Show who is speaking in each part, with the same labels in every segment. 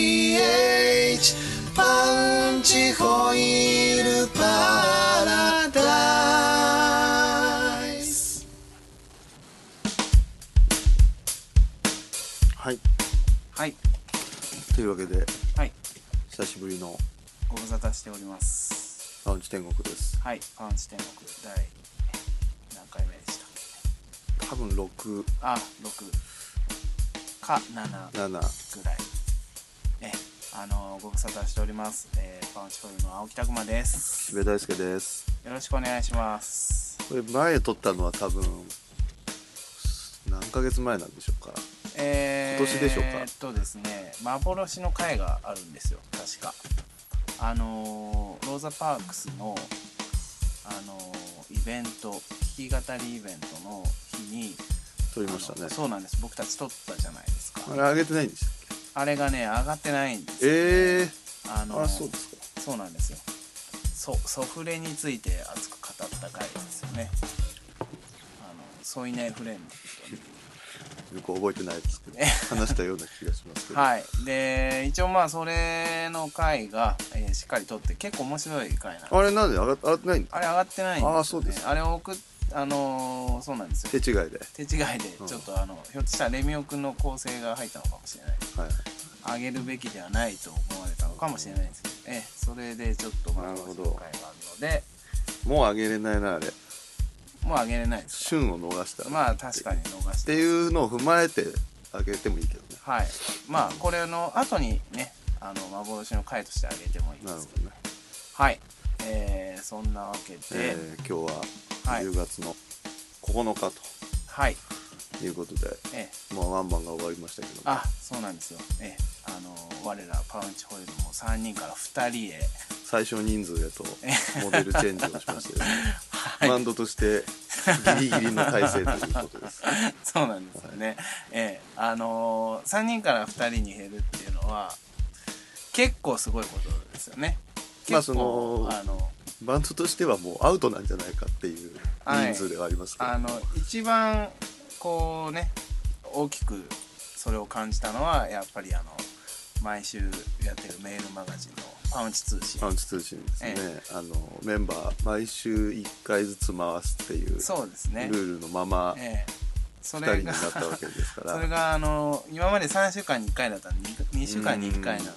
Speaker 1: CH パンチホイールパラダイス
Speaker 2: はい
Speaker 3: はい
Speaker 2: というわけで
Speaker 3: はい
Speaker 2: 久しぶりの
Speaker 3: ご無沙汰しております
Speaker 2: ラウンジ天国です
Speaker 3: はいパンチ天国第何回目でしたっけ
Speaker 2: 多分6
Speaker 3: あ6か7
Speaker 2: 7
Speaker 3: ぐらいねあのご無沙汰しております、えー、パンチホイールの青木拓磨です
Speaker 2: 岸辺大輔です
Speaker 3: よろしくお願いします
Speaker 2: これ前撮ったのは多分何ヶ月前なんでしょうか
Speaker 3: えー、
Speaker 2: 今年でしょうか
Speaker 3: えーっとですね幻の会があるんですよ確かあのーローザパークスのあのーイベント弾き語りイベントの日に
Speaker 2: 撮りました
Speaker 3: あの
Speaker 2: ね
Speaker 3: そうなんです僕たち撮ったじゃないですか
Speaker 2: あれ上げてないんでしたっ
Speaker 3: あれがね上がってないんです
Speaker 2: けえ
Speaker 3: あ
Speaker 2: え
Speaker 3: のー
Speaker 2: あそうですか
Speaker 3: そうなんですよそソフレについて熱く語った回ですよねあのソイネフレンドと
Speaker 2: よく覚えてないですけど
Speaker 3: え
Speaker 2: 話したような気がしますけど
Speaker 3: はい、で一応まあそれの回が、えーしっかり撮って結構面白い回なんです
Speaker 2: あれなんで上が上がってないんだ
Speaker 3: あれ上がってないんですよ、ね、
Speaker 2: あーそうです
Speaker 3: あれを送っあのーそうなんです
Speaker 2: 手
Speaker 3: よ
Speaker 2: 違いで、
Speaker 3: 手違いでちょっとあの、ひょっとしたらレミオくんの構成が入ったのかもしれない
Speaker 2: はい、
Speaker 3: あげるべきではないと思われたのかもしれないですけど、ええそれでちょっとまあ
Speaker 2: なる
Speaker 3: 面
Speaker 2: ほ
Speaker 3: 白
Speaker 2: ど
Speaker 3: い回があるので
Speaker 2: もう上げれないなあれ
Speaker 3: もうあげれないです
Speaker 2: 旬を逃したら
Speaker 3: まあ確かに逃し
Speaker 2: って
Speaker 3: て
Speaker 2: いうのを踏まえて上げてもいいけどね
Speaker 3: はいまあこれの後にねあの幻の回としてあげてもいいで
Speaker 2: なる
Speaker 3: す
Speaker 2: ほ
Speaker 3: けど
Speaker 2: どね、
Speaker 3: はい、えー、そんなわけで、
Speaker 2: えー今日は
Speaker 3: はい
Speaker 2: 10月の9日
Speaker 3: はい、
Speaker 2: ということで、
Speaker 3: え
Speaker 2: まあワンマンが終わりましたけども
Speaker 3: あそうなんですよ、えあの我らパウンチホイールも3人から2人 へ、
Speaker 2: 最小人数へとモデルチェンジをしまして、ね
Speaker 3: はい
Speaker 2: バンドとしてギリギリの体制ということです
Speaker 3: そうなんですよね、えあの3人から2人に減るっていうのは結構すごいことですよね
Speaker 2: まあ
Speaker 3: 結構
Speaker 2: その
Speaker 3: あの
Speaker 2: バンドとしてはもうアウトなんじゃないかっていう人数ではありますけど、
Speaker 3: あの一番こうね大きくそれを感じたのはやっぱりあの毎週やってるメールマガジンの「パウンチ通信
Speaker 2: パ」ンチ通信ですね、
Speaker 3: え
Speaker 2: あのメンバー毎週1回ずつ回すっていうル
Speaker 3: そうです
Speaker 2: ー
Speaker 3: ね
Speaker 2: ルのまま
Speaker 3: ええそ
Speaker 2: 2人
Speaker 3: れ
Speaker 2: にな
Speaker 3: が
Speaker 2: ったわけですから
Speaker 3: それがあの今まで3週間に1回だったんで 2, 週間に1回なのに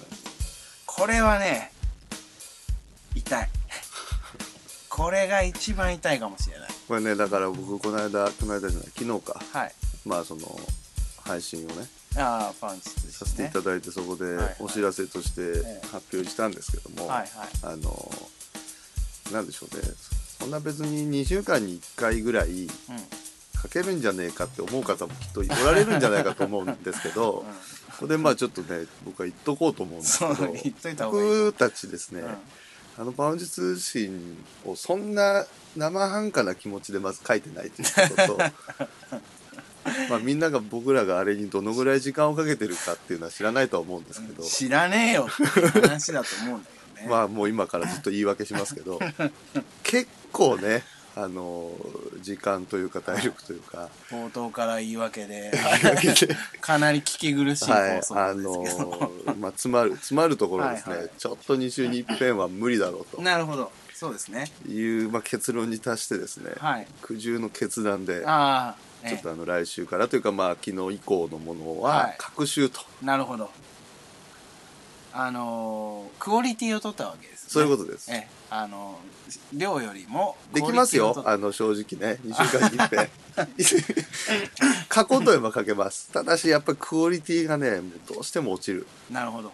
Speaker 3: これはね痛いこれが一番痛いかもしれない
Speaker 2: これねだから僕この間この間じゃない昨日か
Speaker 3: はい
Speaker 2: まあその配信をね
Speaker 3: ああパウンチ通
Speaker 2: させ
Speaker 3: 信
Speaker 2: てい
Speaker 3: ね
Speaker 2: ただいてそこで
Speaker 3: はいはい
Speaker 2: お知らせとして
Speaker 3: ええ
Speaker 2: 発表したんですけども、
Speaker 3: はいはい
Speaker 2: あのなんでしょうねそんな別に2週間に1回ぐらい
Speaker 3: うん
Speaker 2: 書けるんじゃねえかって思う方もきっとおられるんじゃないかと思うんですけど、
Speaker 3: うん
Speaker 2: ここでまあちょっとね僕は言っとこうと思うんですけど
Speaker 3: そう言っといた方がいい
Speaker 2: 僕たちですね、
Speaker 3: うん
Speaker 2: あのパウンジ通信をそんな生半可な気持ちでまず書いてないという こととまあみんなが僕らがあれにどのぐらい時間をかけてるかっていうのは知らないとは思うんですけど、
Speaker 3: 知らねえよっていう話だと思うんだけどね、
Speaker 2: まあもう今からずっと言い訳しますけ ど結構ねあの時間というか体力という か
Speaker 3: 冒頭から言い訳で
Speaker 2: 言い訳で
Speaker 3: かなり聞き苦しい
Speaker 2: はい
Speaker 3: 放、送な
Speaker 2: あ
Speaker 3: んです
Speaker 2: の
Speaker 3: けど、
Speaker 2: まあ詰まる詰まるところですね、
Speaker 3: はいはい
Speaker 2: ちょっと2週に一遍は無理だろう
Speaker 3: なるほどそうですね
Speaker 2: という、まあ、結論に達してですね、
Speaker 3: はい
Speaker 2: 苦渋の決断で
Speaker 3: ああ、
Speaker 2: ちょっ
Speaker 3: え
Speaker 2: とあの来週からというかまあ昨日以降のものは
Speaker 3: はい
Speaker 2: 各週と、
Speaker 3: えなるほどあのークオリティを取ったわけです、ね、
Speaker 2: そういうことです
Speaker 3: ええあのー量よりも
Speaker 2: できます
Speaker 3: ク
Speaker 2: よ
Speaker 3: オリティを取っ
Speaker 2: あの正直ね2週間に一遍 書こうと言えば書けますただしやっぱりクオリティがねもうどうしても落ちる
Speaker 3: たなるほど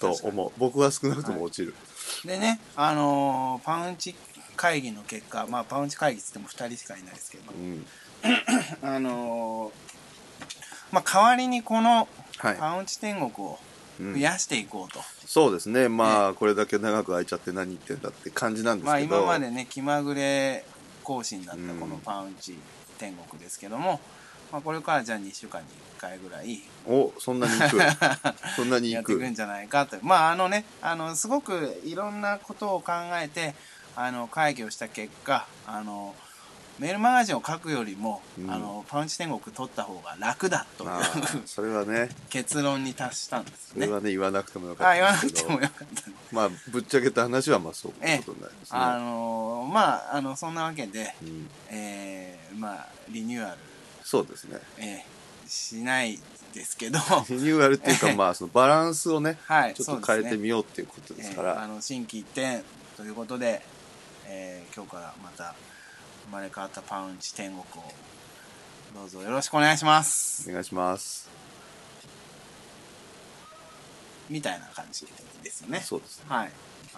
Speaker 2: と思う僕は少なくとも落ちる、
Speaker 3: でねあのーパウンチ会議の結果まあパウンチ会議っつっても2人しかいないですけど
Speaker 2: うん
Speaker 3: あのーまあ代わりにこの
Speaker 2: はい
Speaker 3: パウンチ天国を増やしていこうと、
Speaker 2: そうですねまあこれだけ長く空いちゃって何言ってんだって感じなんです
Speaker 3: まあ
Speaker 2: けど、
Speaker 3: 今までね気まぐれ更新だったこの
Speaker 2: うん
Speaker 3: パウンチ天国ですけども、まあ、これからじゃあ2週間に1回ぐらい
Speaker 2: おそんなに行 くそんなに
Speaker 3: や
Speaker 2: 行
Speaker 3: ってい
Speaker 2: く
Speaker 3: くんじゃないかとまああのねあのすごくいろんなことを考えてあの会議をした結果あのメールマガジンを書くよりも、
Speaker 2: うん
Speaker 3: あのパウンチ天国取った方が楽だという
Speaker 2: あーそれはね
Speaker 3: 結論に達したんです
Speaker 2: それ
Speaker 3: ね。
Speaker 2: はね言わなくてもよか
Speaker 3: あ
Speaker 2: っ
Speaker 3: 言わ
Speaker 2: た
Speaker 3: なんく
Speaker 2: です
Speaker 3: て
Speaker 2: け
Speaker 3: も
Speaker 2: ど
Speaker 3: よかった、
Speaker 2: まあぶっちゃけた話はまあそういうことになりますね、
Speaker 3: あのーまああのそんなわけで、
Speaker 2: うん、
Speaker 3: えーまあリニューアル、
Speaker 2: そうですね
Speaker 3: えーしないで すけど
Speaker 2: リニューアルっていう かまあそのバランスをね
Speaker 3: はい
Speaker 2: ちょ
Speaker 3: そ
Speaker 2: っ
Speaker 3: う
Speaker 2: と
Speaker 3: ですね
Speaker 2: 変えてみようっていうことですか
Speaker 3: えーあ
Speaker 2: ら
Speaker 3: の新規一点ということで、えー今日からまた生まれ変わったパウンチ天国をどうぞよろしくお願いします
Speaker 2: お願いします
Speaker 3: みたいな感じですよね
Speaker 2: そうですね
Speaker 3: はい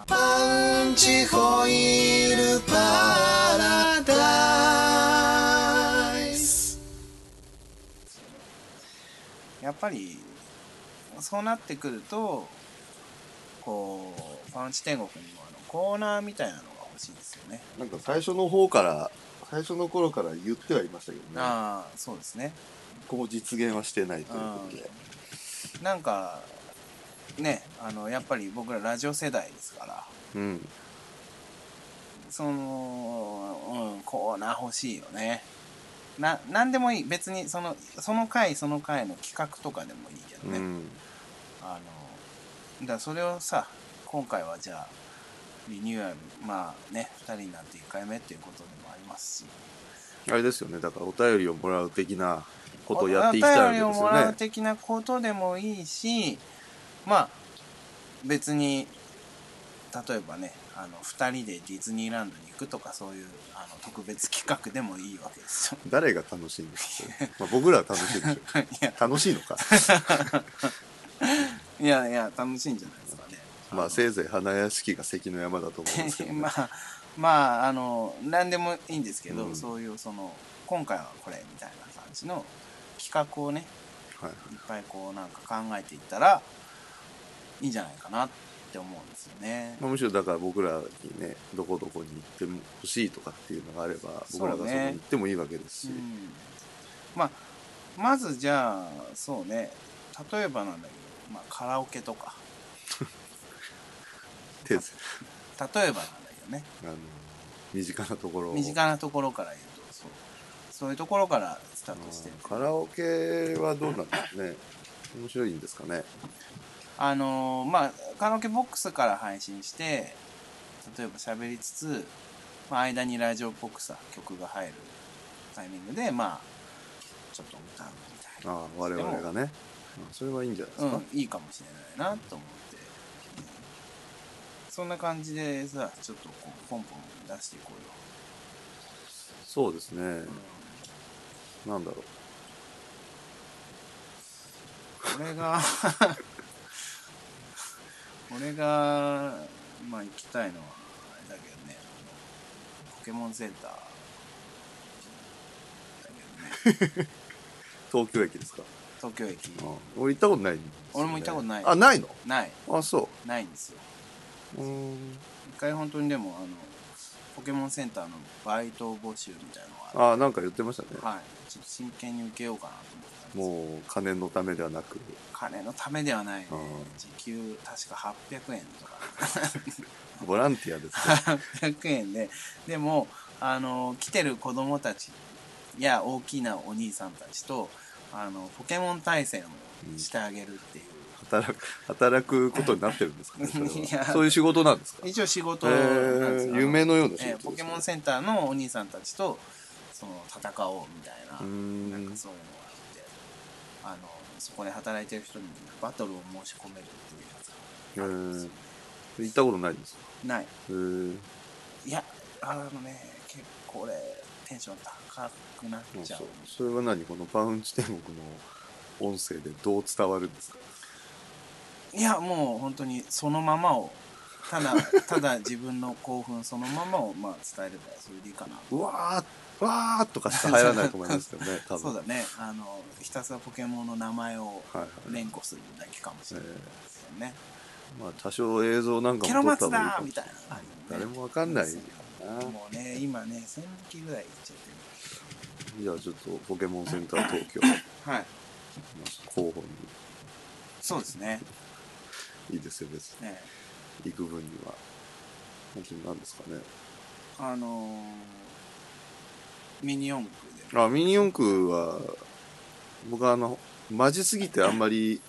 Speaker 1: パンチホイールパラダイス
Speaker 3: やっぱりそうなってくるとこうパウンチ天国にもあのコーナーみたいなのが欲しいですよね
Speaker 2: なんか最初の方から最初の頃から言ってはいましたけどね
Speaker 3: ああそうですね
Speaker 2: こう実現はしてないということで
Speaker 3: なんかねあのやっぱり僕らラジオ世代ですから
Speaker 2: うん
Speaker 3: その、うん、コーナー欲しいよねな何でもいい別にそのその回その回の企画とかでもいいけど
Speaker 2: う
Speaker 3: ね、
Speaker 2: ん
Speaker 3: あのだからそれをさ今回はじゃあリニューアルまあね2人になって1回目っていうことでもありますし
Speaker 2: あれですよねだからお便りをもらう的なことをやっていきたいわけで
Speaker 3: お便り
Speaker 2: す
Speaker 3: をもら
Speaker 2: よ
Speaker 3: う
Speaker 2: ね
Speaker 3: 的なことでもいいしまあ別に例えばねあの2人でディズニーランドに行くとかそういうあの特別企画でもいいわけですよ。
Speaker 2: 誰が楽しいんですか、まあ、僕らは楽しいでしょう
Speaker 3: いや
Speaker 2: 楽しいのか
Speaker 3: いやいや楽しいんじゃないですかね。
Speaker 2: まあせいぜい花屋敷が関の山だと思うんですけど、ね
Speaker 3: まあまああの何でもいいんですけど、
Speaker 2: うん
Speaker 3: そういうその今回はこれみたいな感じの企画をね
Speaker 2: はい、
Speaker 3: いっぱいこうなんか考えていったらいいんじゃないかなって思うんですよね。
Speaker 2: まあ、むしろだから僕らにねどこどこに行ってほしいとかっていうのがあれば僕らがそこに行ってもいいわけですし、
Speaker 3: うん、まあまずじゃあそうね例えばなんだけど、まあ、カラオケとか
Speaker 2: 手あ
Speaker 3: 例えばなんだけどね
Speaker 2: の身近なところを
Speaker 3: 身近なところから言うとそうそういうところからスタートして
Speaker 2: うんカラオケはどうなんですかね面白いんですかね
Speaker 3: あのーまあカラオケボックスから配信して例えば喋りつつ、まあ、間にラジオっぽくさ曲が入るタイミングでまあちょっと歌うみたいな
Speaker 2: ああ我々がね、うんそれはいいんじゃないですか、
Speaker 3: うん、いいかもしれないなと思ってそんな感じでさちょっとこうポンポン出していこう
Speaker 2: そうですね、
Speaker 3: よ、
Speaker 2: なんだろ
Speaker 3: うん、俺が 俺がまあ行きたいのはあれだけどねポケモンセンターだけどね
Speaker 2: う東京駅ですか、
Speaker 3: 東京駅
Speaker 2: うん俺行ったことないんですよね、
Speaker 3: 俺も行ったことない
Speaker 2: あないの
Speaker 3: ない
Speaker 2: あそ
Speaker 3: ないんですよ
Speaker 2: ううーん
Speaker 3: 一回本当にでもあのポケモンセンターのバイト募集みたいなのがあって
Speaker 2: あなんか言ってましたね
Speaker 3: はい、ちょっと真剣に受けようかなと思ってたんです
Speaker 2: もう金のためではなく
Speaker 3: 金のためではない、ね
Speaker 2: うん、
Speaker 3: 時給確か800円とか
Speaker 2: ボランティア ですね
Speaker 3: 800円ででもあの来てる子供たちや大きなお兄さんたちとあのポケモン対戦をしてあげるっていう、
Speaker 2: 働く働くことになってるんですかねそれはい
Speaker 3: や
Speaker 2: そういう仕事なんですか
Speaker 3: 一応仕事
Speaker 2: え
Speaker 3: なんですよ
Speaker 2: ー、夢のような仕事です、
Speaker 3: え
Speaker 2: ね
Speaker 3: ーポケモンセンターのお兄さんたちとその戦おうみたいな
Speaker 2: うーん
Speaker 3: なんかそういうのがあってあのそこで働いてる人にバトルを申し込めるっていうやつ
Speaker 2: えー行ったことないんですか、
Speaker 3: がない
Speaker 2: えー、
Speaker 3: いやあのね結構俺テンション高くなっちゃう
Speaker 2: そうそれは何このパウンチ天国の音声でどう伝わるんですか
Speaker 3: いやもう本当にそのままをた だただ自分の興奮そのままをまあ伝えればそれでいいかな
Speaker 2: うわーわーとかしか入らないと思いますけど ね多分
Speaker 3: そうだねあのひたすらポケモンの名前を
Speaker 2: はいはい
Speaker 3: 連呼するだけかもしれないですよね、
Speaker 2: まあ多少映像なん
Speaker 3: ケ
Speaker 2: か
Speaker 3: ロ
Speaker 2: も
Speaker 3: マ
Speaker 2: 撮
Speaker 3: ツ
Speaker 2: った方がいい
Speaker 3: だ
Speaker 2: かも
Speaker 3: みたいな、
Speaker 2: 誰もわかんない
Speaker 3: そ
Speaker 2: か
Speaker 3: う
Speaker 2: らな
Speaker 3: もうね今ね1000匹ぐらいいっちゃって
Speaker 2: じゃあちょっとポケモンセンター東京
Speaker 3: るはい
Speaker 2: 候補に
Speaker 3: そうですね
Speaker 2: いいですよ別に
Speaker 3: ね
Speaker 2: 行く分には本当に何ですかね
Speaker 3: あのーミニ四駆で
Speaker 2: あミニ四駆は僕はあのマジすぎてあんまり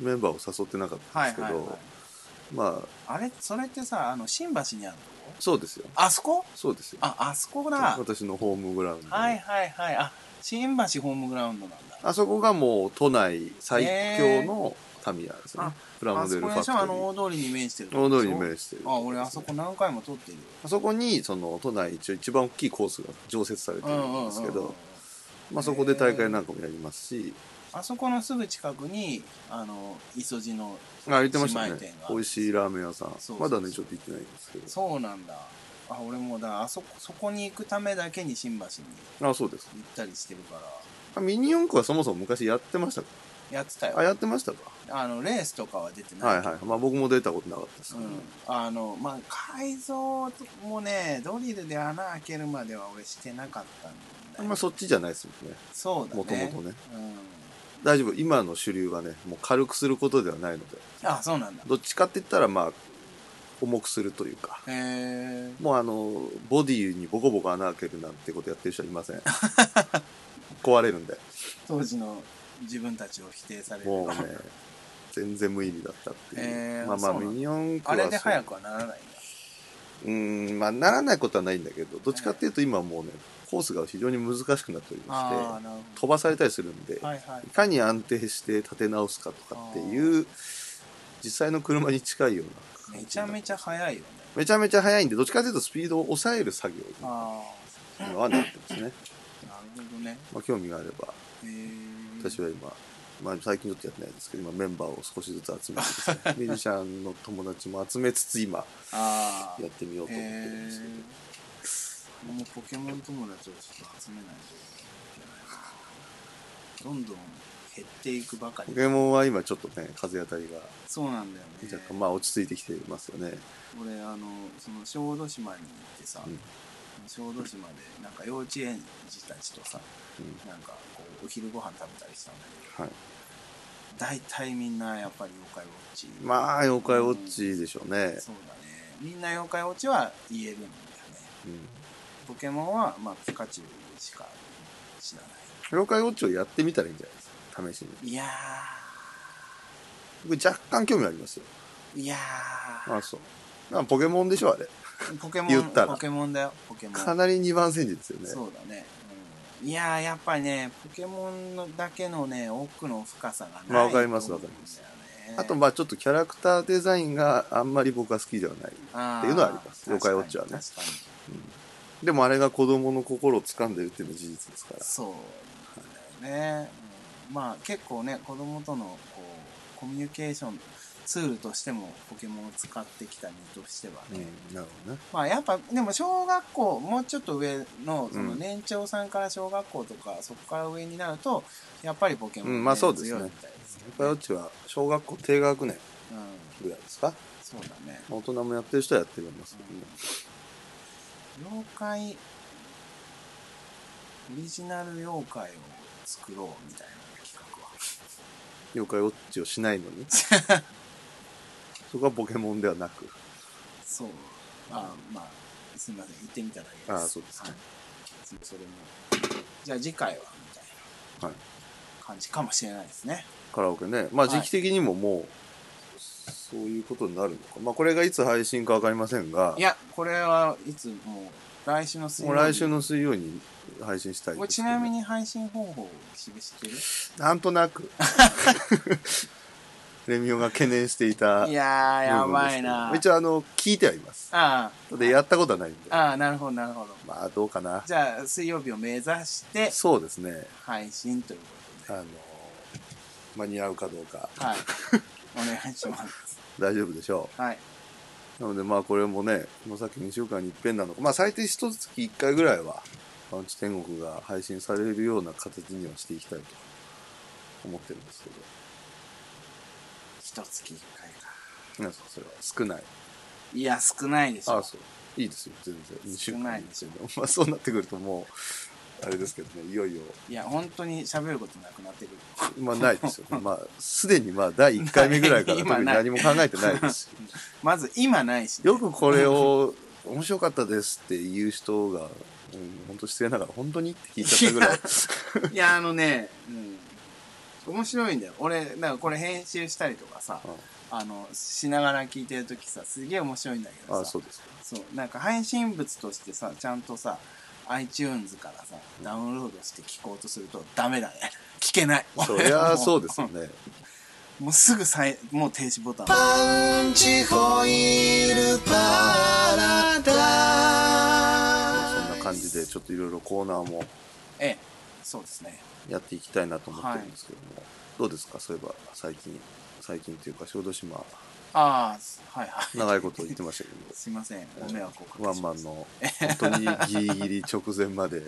Speaker 2: メンバーを誘ってなかったん
Speaker 3: は
Speaker 2: で
Speaker 3: い
Speaker 2: すけど、
Speaker 3: はい、はい、
Speaker 2: まあ
Speaker 3: あれそれってさあの新橋にあるとこ
Speaker 2: そうですよ
Speaker 3: あそこ
Speaker 2: そうですよ
Speaker 3: ああそこだは
Speaker 2: 私のホームグラウンド、
Speaker 3: いはいはいあ新橋ホームグラウンドなんだ
Speaker 2: あそこがもう都内最強のタミヤですね
Speaker 3: あ
Speaker 2: プラモデルフ
Speaker 3: あそこでしょあの
Speaker 2: ァク
Speaker 3: 大通りに面してる
Speaker 2: トリー大通りに
Speaker 3: して
Speaker 2: 面してる
Speaker 3: あ俺あそこ何回も撮ってるよ
Speaker 2: あそこにその都内一応一番大きいコースが常設されてるんですけ
Speaker 3: うんうんうんうん
Speaker 2: ど、まあ、そこで大会なんかもやりますし
Speaker 3: あそこのすぐ近くにあの磯路の
Speaker 2: あ言ってました
Speaker 3: 姉妹
Speaker 2: ね
Speaker 3: 店が
Speaker 2: 美味しいラーメン屋さん
Speaker 3: そうそうそう
Speaker 2: まだねちょっと行ってないんですけど
Speaker 3: そうなんだあ俺もだあそこそこに行くためだけに新橋に行
Speaker 2: あそうです
Speaker 3: ったりしてるから
Speaker 2: あミニ四駆はそもそも昔やってましたか
Speaker 3: やってたよ
Speaker 2: あやってましたか
Speaker 3: あのレースとかは出てない
Speaker 2: はいはいまあ僕も出たことなかったです
Speaker 3: う
Speaker 2: けど、
Speaker 3: ん、あのまあ改造もねドリルで穴開けるまでは俺してなかったんだ
Speaker 2: あ
Speaker 3: よ
Speaker 2: んまそっちじゃないですもんね
Speaker 3: そうだね
Speaker 2: もともとね
Speaker 3: うん、
Speaker 2: 大丈夫今の主流はねもう軽くすることではないので
Speaker 3: あそうなんだ
Speaker 2: どっちかって言ったらまあ重くするというか
Speaker 3: へえ
Speaker 2: もうあのボディにボコボコ穴開けるなんてことやってる人はいま せん壊れるんで
Speaker 3: 当時の自分たちを否定される
Speaker 2: もうね全然無意味だったっていう、
Speaker 3: えー
Speaker 2: まあまあ
Speaker 3: そうなんだ
Speaker 2: ミニ四
Speaker 3: あ
Speaker 2: 駆は
Speaker 3: れで
Speaker 2: そう
Speaker 3: 早くはならないんだ
Speaker 2: うーんまあならないことはないんだけどどっちかっていうと今もうねコースが非常に難しくなっており
Speaker 3: あ
Speaker 2: ま
Speaker 3: あなる
Speaker 2: して飛ばされたりするんで、
Speaker 3: ほどはいはい
Speaker 2: いかに安定して立て直すかとかっていう実際の車に近いような
Speaker 3: めちゃめちゃ早いよね
Speaker 2: めちゃめちゃ速いんでどっちかというとスピードを抑える作業に
Speaker 3: あ
Speaker 2: 今はなってますね、
Speaker 3: あなるほどね
Speaker 2: まあ、興味があれば
Speaker 3: へえ
Speaker 2: 私は今、まあ、最近ちょっとやってないですけど今メンバーを少しずつ集めてですねミュージシャンの友達も集めつつ今
Speaker 3: ああ
Speaker 2: やってみようと思ってるんですけど、
Speaker 3: えー、もうポケモン友達をちょっと集めないとどんどん減っていくばか
Speaker 2: ポ
Speaker 3: り
Speaker 2: ケモンは今ちょっとね風当たりが
Speaker 3: そうなんだよ
Speaker 2: 若干
Speaker 3: ね
Speaker 2: まあ落ち着いてきてますよね
Speaker 3: 俺あのその小豆島に行ってさ、
Speaker 2: うん
Speaker 3: 小豆島でなんか幼稚園児たちとさ、
Speaker 2: う
Speaker 3: なんかこうお昼ご飯食べたりしたんだけど
Speaker 2: はい
Speaker 3: 大体みんなやっぱり妖怪ウォッチ
Speaker 2: まあ妖怪ウォッチでしょうね、
Speaker 3: そうだねみんな妖怪ウォッチは言えるんだよね
Speaker 2: うん
Speaker 3: ポケモンはまあピカチュウしか知らない
Speaker 2: 妖怪ウォッチをやってみたらいいんじゃないですか試しに
Speaker 3: いや
Speaker 2: 僕若干興味ありますよ
Speaker 3: ー、いや
Speaker 2: あそうまあポケモンでしょあれ
Speaker 3: ー、ポケモン、
Speaker 2: 言ったら
Speaker 3: ポケモンだよ、ポケモン。
Speaker 2: かなり二番煎じですよね
Speaker 3: そうだね。うんいやー、やっぱりね、ポケモンのだけのね、奥の深さがない、
Speaker 2: まあわかりますわかります。あと、まあちょっとキャラクターデザインがあんまり僕は好きではない
Speaker 3: あー
Speaker 2: っていうのはあります
Speaker 3: 確かに
Speaker 2: 妖怪ウォッチはね
Speaker 3: 確かに
Speaker 2: でもあれが子供の心を掴んでるっていうのは事実ですから
Speaker 3: そうなんだよね。うんまあ、結構ね、子供との、こう、コミュニケーション、ツールとしてもポケモンを使ってきた身としてはね、
Speaker 2: うんなるほどね
Speaker 3: まあやっぱでも小学校もうちょっと上のその
Speaker 2: うん
Speaker 3: 年長さんから小学校とかそこから上になるとやっぱりポケモンね、
Speaker 2: うんまあそうですね
Speaker 3: 強いみたいですけ
Speaker 2: 妖怪ウォ
Speaker 3: どね
Speaker 2: ッチは小学校低学年
Speaker 3: うん、
Speaker 2: ぐらいですか
Speaker 3: そうだね
Speaker 2: 大人もやってる人はやってるんですけどね
Speaker 3: 妖怪オリジナル妖怪を作ろうみたいな企画は
Speaker 2: 妖怪ウォッチをしないの にそこはポケモンではなく
Speaker 3: そうあまあすみません行ってみただけです
Speaker 2: あそうですね
Speaker 3: はいそそれもじゃあ次回はみたい
Speaker 2: はい
Speaker 3: な感じかもしれないですね
Speaker 2: カラオケねまあ
Speaker 3: はい
Speaker 2: 時期的にももう、そういうことになるのかまあこれがいつ配信かわかりませんが
Speaker 3: いやこれはいつもう来週の水
Speaker 2: もう
Speaker 3: 曜
Speaker 2: 来
Speaker 3: 日
Speaker 2: 週の水曜に配信したい
Speaker 3: これ
Speaker 2: ですけ
Speaker 3: ち
Speaker 2: ど
Speaker 3: なみに配信方法を示してる
Speaker 2: なんとな くレミオが懸念していた
Speaker 3: いやーやばいな
Speaker 2: 一応あの聞いてはいます
Speaker 3: ああ
Speaker 2: でやったことはないんで
Speaker 3: ああなるほどなるほど
Speaker 2: まあどうかな
Speaker 3: じゃあ水曜日を目指して
Speaker 2: そうですね
Speaker 3: 配信というこ
Speaker 2: あの間に合うかどうか
Speaker 3: とではいお願いします
Speaker 2: 大丈夫でしょ
Speaker 3: はいう
Speaker 2: なのでまあこれもねもうさっき2週間に一遍なのかまあ最低1月1回ぐらいはパンチ天国が配信されるような形にはしていきたいと思ってるんですけど
Speaker 3: 一月一回か
Speaker 2: なんですかそれは少ない
Speaker 3: いや少ないでし
Speaker 2: あ
Speaker 3: ょ
Speaker 2: あそういいですよ全然2週
Speaker 3: 少な
Speaker 2: 間
Speaker 3: い
Speaker 2: に
Speaker 3: で
Speaker 2: 一
Speaker 3: す
Speaker 2: 遍まあそうなってくるともうあれですけどねいよいよ
Speaker 3: いや本当に喋ることなくなってくる
Speaker 2: まあないですよ ねまあすでにまあ第1回目ぐらいから特
Speaker 3: 今
Speaker 2: に
Speaker 3: ない
Speaker 2: 何も考えてないですし
Speaker 3: まず今ないし、
Speaker 2: よくこれを面白かったですっていう人がうん、本当失礼ながら本当にって聞いちゃったぐらい
Speaker 3: いや、あのね、うん。面白いんだよ。俺、だからこれ編集したりとかさ、あの、しながら聞いてるときさ、すげえ面白いんだけど
Speaker 2: あ
Speaker 3: さ。
Speaker 2: あそうです
Speaker 3: そうなんか配信物としてさちゃんとさ iTunes からさダウンロードして聞こうとするとダメだね 聞けない
Speaker 2: そり ゃあそうですよね
Speaker 3: もうすぐさいもう停止ボタン
Speaker 1: パンチホイールパラ
Speaker 2: そん
Speaker 1: ダイス
Speaker 2: な感じでちょっといろいろコーナーも
Speaker 3: ええそうですね
Speaker 2: やっていきたいなと思ってるんですけども、どうですかそういえば最近最近というか小豆島
Speaker 3: ああはい はい
Speaker 2: 長いこと言ってましたけ
Speaker 3: すいませんご迷惑をおかけし
Speaker 2: どワ
Speaker 3: ま
Speaker 2: ン
Speaker 3: した
Speaker 2: マンの本当にギリギリ直前まで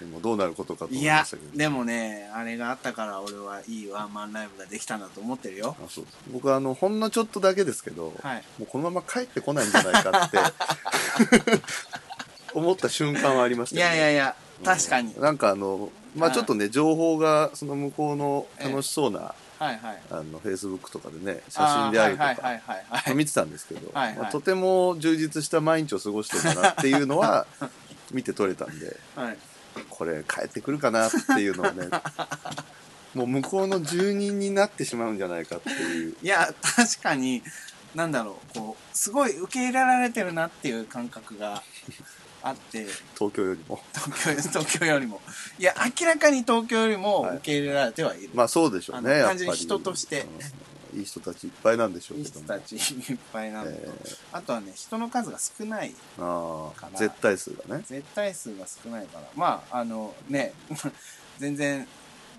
Speaker 2: でもどうなることかと思
Speaker 3: い
Speaker 2: い
Speaker 3: や
Speaker 2: ましたけど
Speaker 3: でもねあれがあったから俺はいいワンマンライブができたなと思ってるよ
Speaker 2: あそうです僕はあのほんのちょっとだけですけど、
Speaker 3: はい
Speaker 2: もうこのまま帰ってこないんじゃないかって 思った瞬間はありまし
Speaker 3: い
Speaker 2: たよ
Speaker 3: や
Speaker 2: ね
Speaker 3: いやいや確かに、
Speaker 2: なんかあのまあ
Speaker 3: はい
Speaker 2: ちょっとね情報がその向こうの楽しそうな、
Speaker 3: はいはい
Speaker 2: あのフェイスブックとかでね写真であるとか、
Speaker 3: はいはいはいはいはい
Speaker 2: 見てたんですけど、
Speaker 3: はいはい
Speaker 2: まあとても充実した毎日を過ごしてるなっていうの は見て取れたんで
Speaker 3: はい
Speaker 2: これ帰ってくるかなっていうのは ねもう向こうの住人になってしまうんじゃないかっていう
Speaker 3: いや確かになんだろうこうすごい受け入れられてるなっていう感覚があって
Speaker 2: 東京よりも
Speaker 3: 東京東京よりもいや明らかに東京よりも受け入れられてはいる、
Speaker 2: まあそうでしょうね
Speaker 3: あの
Speaker 2: やっぱ
Speaker 3: 単
Speaker 2: り
Speaker 3: 純に人として
Speaker 2: うんいい人たちいっぱいなんでしょう
Speaker 3: いい
Speaker 2: け
Speaker 3: 人
Speaker 2: ども
Speaker 3: たちいっぱいなのと、
Speaker 2: え
Speaker 3: あとはね人の数が少ない
Speaker 2: あ
Speaker 3: か
Speaker 2: あ
Speaker 3: な
Speaker 2: 絶対数がね
Speaker 3: 絶対数が少ないからまああのね 全然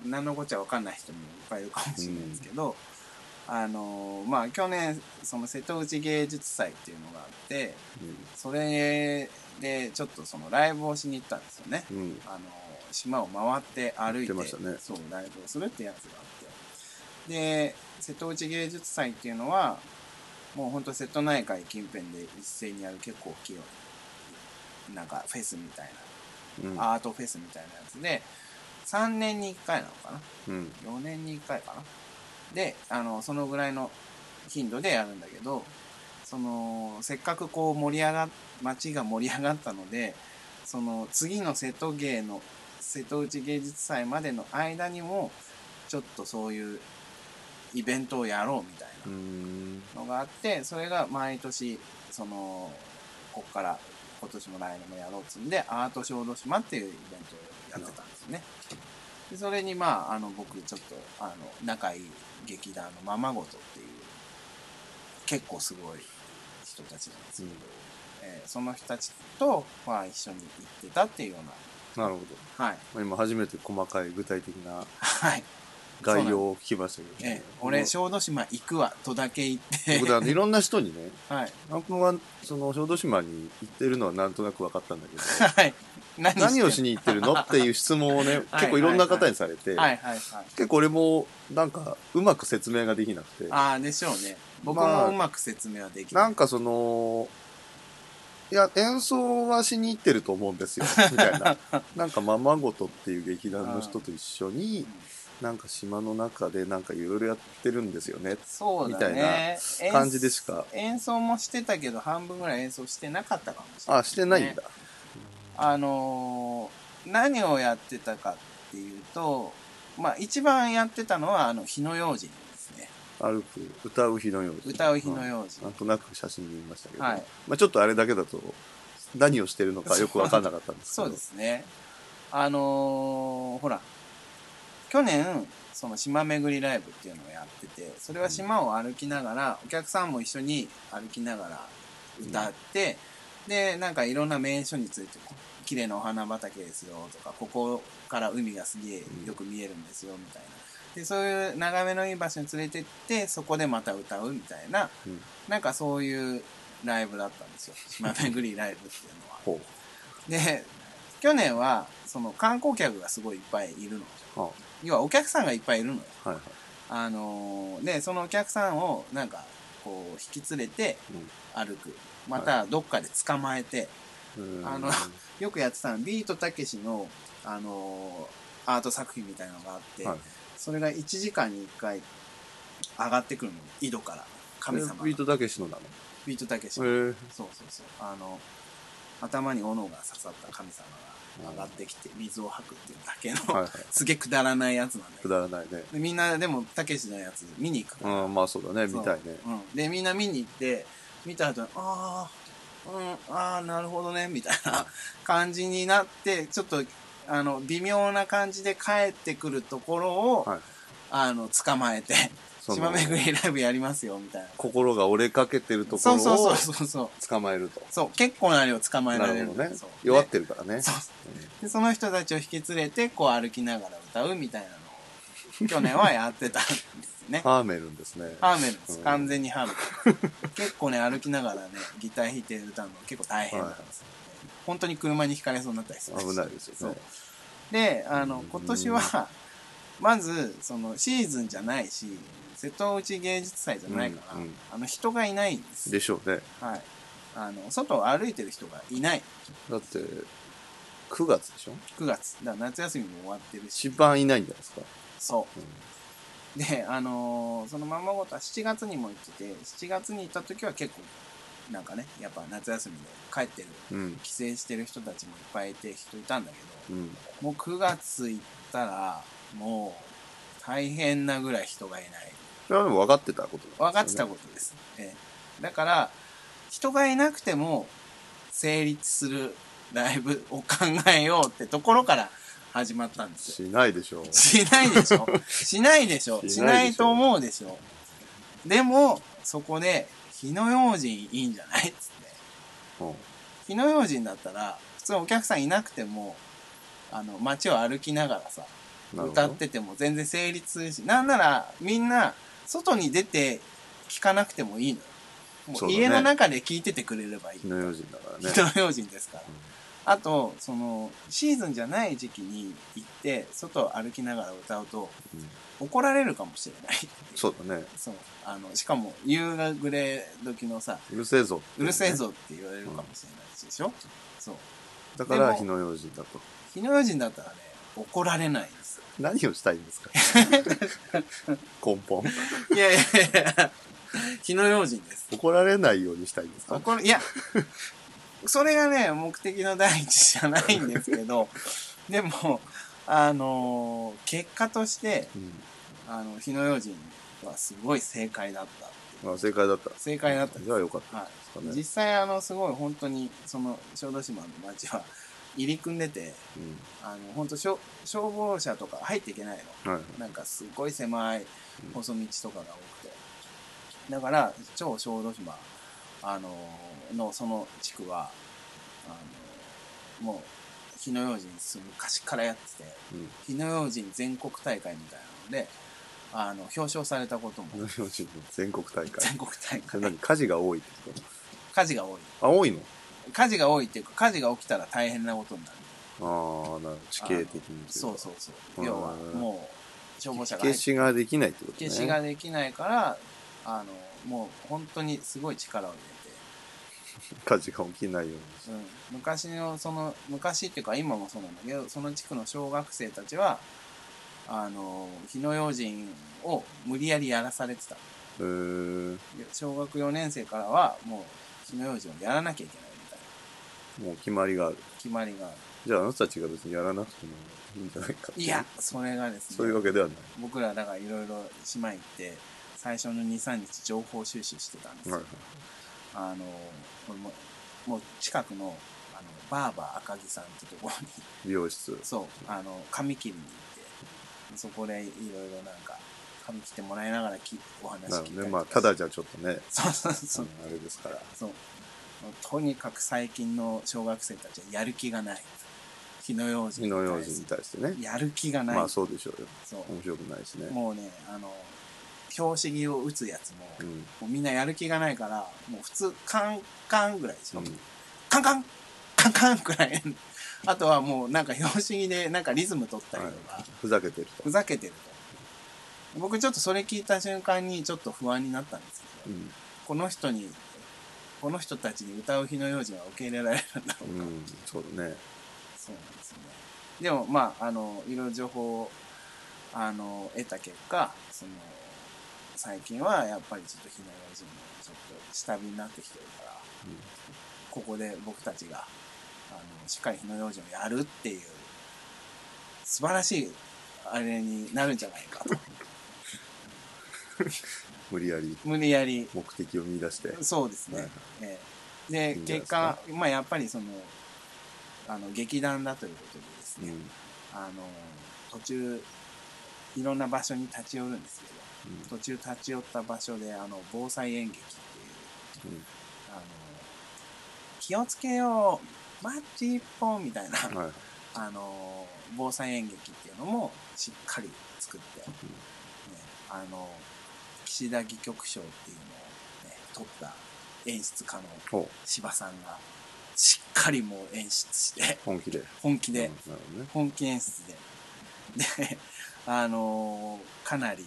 Speaker 3: 何のこっちゃ分かんない人もいっぱいいるかもしれないですけど、あのまあ去年その瀬戸内芸術祭っていうのがあってそれでちょっとそのライブをしに行ったんですよね、
Speaker 2: うん、うん
Speaker 3: あの島を回って歩いて
Speaker 2: 言ってましたね
Speaker 3: そうライブをするってやつがあってで瀬戸内芸術祭っていうのはもうほんと瀬戸内海近辺で一斉にやる結構大きいなんかフェスみたい
Speaker 2: うん
Speaker 3: なアートフェスみたいなやつで3年に1回なのかな
Speaker 2: うん
Speaker 3: 4年に1回かなであのそのぐらいの頻度でやるんだけどそのせっかくこう盛り上が街が盛り上がったのでその次の瀬戸芸の瀬戸内芸術祭までの間にもちょっとそういうイベントをやろうみたいな
Speaker 2: うん
Speaker 3: のがあってそれが毎年そのこっから今年も来年もやろうっつうんでアート小豆島っていうイベントをやってたんですねでそれにまああの僕ちょっとあの仲いい劇団のままごとっていう結構すごい人たちなんですけど、
Speaker 2: うん
Speaker 3: えーその人たちと、まあ、一緒に行ってたっていうよう
Speaker 2: なるほど
Speaker 3: なはい
Speaker 2: まあ今初めて細かい具体的な
Speaker 3: はい、
Speaker 2: 概要を聞きましたけど、
Speaker 3: えー
Speaker 2: ね、
Speaker 3: 俺小豆島行くわとだけ言って
Speaker 2: 僕あのいろんな人にね
Speaker 3: はい
Speaker 2: 南君はその小豆島に行ってるのはなんとなく分かったんだけど
Speaker 3: はい何てんの
Speaker 2: 何をしに行ってるのっていう質問をね
Speaker 3: はい
Speaker 2: 結構いろんな方にされて、
Speaker 3: はいはいはい
Speaker 2: 結構俺もなんかうまく説明ができなくて
Speaker 3: ああでしょうね僕
Speaker 2: まあ
Speaker 3: もうまく説明はできない、
Speaker 2: なんかそのいや演奏はしに行ってると思うん ですよみたいななんか「ままごと」っていう劇団の人と一緒になんか島の中でなんかいろいろやってるんですよね
Speaker 3: そうだね
Speaker 2: み感じでしか
Speaker 3: 演演奏もしてたけど半分ぐらい演奏してなかったかもしれない、
Speaker 2: あしてないんだ、
Speaker 3: あのー何をやってたかっていうとまあ一番やってたのはあの火の用心ですね
Speaker 2: 歩く歌う日のように
Speaker 3: 歌う日の
Speaker 2: うん
Speaker 3: 用心、
Speaker 2: なんとなく写真見ましたけど、
Speaker 3: はい
Speaker 2: まあ、ちょっとあれだけだと何をしてるのかよく分かんなかったんですけ
Speaker 3: そ
Speaker 2: ど
Speaker 3: うですねあのーほら去年その島巡りライブっていうのをやっててそれは島を歩きながらお客さんも一緒に歩きながら歌って、でなんかいろんな名所について綺麗なお花畑ですよとかここから海がすげえよく見えるんですよみたいなでそういう眺めのいい場所に連れてってそこでまた歌うみたいな、
Speaker 2: うん
Speaker 3: なんかそういうライブだったんですよ島巡りライブっていうのは。
Speaker 2: ほ
Speaker 3: で去年はその観光客がすごいいっぱいいるの
Speaker 2: うあ
Speaker 3: 要はお客さんがいっぱいいるのよ、
Speaker 2: はいはい
Speaker 3: あのーでそのお客さんをなんかこう引き連れて
Speaker 2: うん
Speaker 3: 歩くまたどっかで捕まえて、
Speaker 2: うん
Speaker 3: あのよくやってたのビートたけしの、あのーアート作品みたいなのがあって、
Speaker 2: はい
Speaker 3: それが1時間に1回上がってくるの井戸から神様
Speaker 2: こ
Speaker 3: が
Speaker 2: れビートたけしのなの
Speaker 3: ビートたけし
Speaker 2: へえ
Speaker 3: そうそうそうあの頭に斧が刺さった神様が上がってきて水を吐くっていうだけの、
Speaker 2: はいはい
Speaker 3: すげえくだらないやつなんだけ
Speaker 2: く
Speaker 3: ど
Speaker 2: だらないね
Speaker 3: でみんなでもたけしのやつ見に行くから
Speaker 2: うんまあそうだね
Speaker 3: そう
Speaker 2: 見たいね
Speaker 3: うん、でみんな見に行って見た後にああうんああなるほどねみたいな感じになってちょっとあの微妙な感じで帰ってくるところを、
Speaker 2: はい
Speaker 3: あの捕まえて「
Speaker 2: そ
Speaker 3: 島
Speaker 2: の
Speaker 3: めぐりライブやりますよ」みたいな
Speaker 2: 心が折れかけてるとこ
Speaker 3: そ
Speaker 2: ろ
Speaker 3: うそうそ
Speaker 2: を
Speaker 3: うそうそう
Speaker 2: 捕まえると
Speaker 3: そう結構な量捕まえら
Speaker 2: な
Speaker 3: れ
Speaker 2: る
Speaker 3: る
Speaker 2: ほどね
Speaker 3: そう
Speaker 2: 弱ってるからね
Speaker 3: そうでその人たちを引き連れてこう歩きながら歌うみたいな のを去年はやってたんですね
Speaker 2: ハーメルンですね
Speaker 3: ハーメルです。
Speaker 2: うん
Speaker 3: 完全にハーメ ル。結構ね、歩きながらね、ギター弾いて歌うの結構大変なんですよね、本当に車にひかれそうになったりする。
Speaker 2: 危ないですよね
Speaker 3: そう。で、あの、今年は、まず、その、シーズンじゃないし、瀬戸内芸術祭じゃないから、
Speaker 2: うんうん
Speaker 3: あの、人がいないんです。
Speaker 2: でしょうね
Speaker 3: はい。あの、外を歩いてる人がいない。
Speaker 2: だって9月でしょ
Speaker 3: 9月。だから夏休みも終わってる
Speaker 2: 一
Speaker 3: し。
Speaker 2: 番いないんじゃないですか
Speaker 3: そう。
Speaker 2: うん
Speaker 3: で、あのーそのままごとは7月にも行ってて、7月に行った時は結構、なんかね、やっぱ夏休みで帰ってる、
Speaker 2: うん
Speaker 3: 帰省してる人たちもいっぱいいて、人いたんだけど、
Speaker 2: うん
Speaker 3: もう9月行ったら、もう、大変なぐらい人がいない。
Speaker 2: それはでも分かってたこと
Speaker 3: 分かってたことです。ええだから、人がいなくても、成立するライブを考えようってところから始まったんですよ。
Speaker 2: しないでしょう
Speaker 3: しないでし ょしないでしょし
Speaker 2: し
Speaker 3: な
Speaker 2: ないいでしょ
Speaker 3: と思うでしょでも、そこで、火の用心いいんじゃないっつって。
Speaker 2: うん
Speaker 3: 火の用心だったら、普通お客さんいなくても、あの、街を歩きながらさ、
Speaker 2: なるほど
Speaker 3: 歌ってても全然成立するし、なんならみんな、外に出て聞かなくてもいいのよ。も
Speaker 2: そう
Speaker 3: う
Speaker 2: だね
Speaker 3: 家の中で聞いててくれればいい。
Speaker 2: 火の用心だからね
Speaker 3: 人の用心ですから。あと、その、シーズンじゃない時期に行って、外を歩きながら歌うと、
Speaker 2: うん
Speaker 3: 怒られるかもしれない。
Speaker 2: そうだね
Speaker 3: そう。あの、しかも、夕暮れ時のさ、
Speaker 2: うるせえぞってい
Speaker 3: う
Speaker 2: ね
Speaker 3: るせえぞって言われるかもしれないでしょそう。
Speaker 2: だから火の用心だと
Speaker 3: 火の用心だったらね、怒られないんですよ。
Speaker 2: 何をしたいんですか 根本
Speaker 3: いやいやいや火の用心です。
Speaker 2: 怒られないようにしたいんですか
Speaker 3: 怒る、いや、それがね、目的の第一じゃないんですけど、 でも、あの結果として、
Speaker 2: うん
Speaker 3: あの、火の用心はすごい正解だった。
Speaker 2: まあ正解だった
Speaker 3: 正解だったんです
Speaker 2: じゃあよかった
Speaker 3: は
Speaker 2: ですか
Speaker 3: い。
Speaker 2: ね
Speaker 3: 実際、あの、すごい本当に、その、小豆島の町は入り組んでて、
Speaker 2: う
Speaker 3: あの、本当消消防車とか入っていけないの。
Speaker 2: んはい
Speaker 3: なんかすごい狭い細道とかが多くて。だから、超小豆島、あの、のその地区は、あの、もう、火の用心する昔からやってて、
Speaker 2: うん
Speaker 3: 火の用心全国大会みたいなので、あの、表彰されたことも
Speaker 2: 火の用心の全国大会
Speaker 3: 全国大
Speaker 2: それ
Speaker 3: 会
Speaker 2: 何火事が多いってこ
Speaker 3: 火事が多い
Speaker 2: とあ多いの
Speaker 3: 火事が多いっていうか火事が起きたら大変なことになる
Speaker 2: ああなるほど地形的にとい
Speaker 3: そう
Speaker 2: う
Speaker 3: そうそううん要はもう消防車
Speaker 2: か
Speaker 3: が
Speaker 2: 消
Speaker 3: 入って
Speaker 2: しができないってことね
Speaker 3: 消しができないからあのもう本当にすごい力を入
Speaker 2: 火事が起きないように
Speaker 3: れて、うん、昔のその昔っていうか今もそうなんだけどその地区の小学生たちはあの火の用心を無理やりやらされてた
Speaker 2: へー
Speaker 3: 小学4年生からはもう火の用心をやらなきゃいけないみたい
Speaker 2: もう決まりがある
Speaker 3: な決まりがある
Speaker 2: じゃああの人たちが別にやらなくてもいいんじゃないかってう
Speaker 3: いやそれがですね
Speaker 2: そういうわけではない
Speaker 3: 僕らだからいろいろ島行って最初の23日情報収集してたんですよ、
Speaker 2: はい
Speaker 3: あの俺ももう近くのあのバーバー赤木さんってところに
Speaker 2: 美容室
Speaker 3: そうあの髪切りに行ってそこでいろいろなんか髪切ってもらいながらきお話
Speaker 2: な
Speaker 3: 聞いたり
Speaker 2: の
Speaker 3: と
Speaker 2: で
Speaker 3: か
Speaker 2: まあただじゃちょっとね
Speaker 3: そうそうそう、
Speaker 2: あのあれですから
Speaker 3: そうとにかく最近の小学生たちはやる気がない火の用心
Speaker 2: 火
Speaker 3: に対
Speaker 2: の
Speaker 3: する
Speaker 2: 用心に対してね
Speaker 3: やる気がない、
Speaker 2: まあそうでしょうよ
Speaker 3: そう
Speaker 2: 面白くないしね
Speaker 3: もうね、あの、拍子木を打つやつも、
Speaker 2: うん
Speaker 3: もうみんなやる気がないから、もう普通、カンカンぐらいでしょ。
Speaker 2: うん
Speaker 3: カンカンカンカンくらい。あとはもうなんか拍子木でなんかリズム取ったり
Speaker 2: は
Speaker 3: と
Speaker 2: い
Speaker 3: か、
Speaker 2: ふざけてると
Speaker 3: ふざけてると。僕ちょっとそれ聞いた瞬間にちょっと不安になったんですけ
Speaker 2: う
Speaker 3: ど、
Speaker 2: ん
Speaker 3: この人に、この人たちに歌う日の用心は受け入れられるんだろうか。
Speaker 2: うんそうだね
Speaker 3: そうなんですね。でも、まあ、あの、いろいろ情報を、あの、得た結果、その、最近はやっぱりちょっと避難用心もちょっと下火になってきてるから、
Speaker 2: うん
Speaker 3: ここで僕たちがあのしっかり火の用心をやるっていう素晴らしいあれになるんじゃないかと
Speaker 2: 無理やり
Speaker 3: 無理やり
Speaker 2: 目的を見出して
Speaker 3: そうですね、
Speaker 2: はい
Speaker 3: ええ
Speaker 2: いいんじゃないで
Speaker 3: で結
Speaker 2: すか
Speaker 3: 果まあやっぱりそのあの劇団だということでです
Speaker 2: う
Speaker 3: ね、
Speaker 2: ん
Speaker 3: あの途中いろんな場所に立ち寄るんですけど途中立ち寄った場所であの防災演劇っていう
Speaker 2: うんうん
Speaker 3: あの気をつけようマッチ一本みたいな、
Speaker 2: はい
Speaker 3: あの防災演劇っていうのもしっかり作って、ね、あの岸田戯曲賞っていうのを、ね、取った演出家の
Speaker 2: ほう
Speaker 3: 柴さんがしっかりもう演出して
Speaker 2: 本気で
Speaker 3: 本気で、
Speaker 2: うんなるほどね
Speaker 3: 本気演出でで あのかなり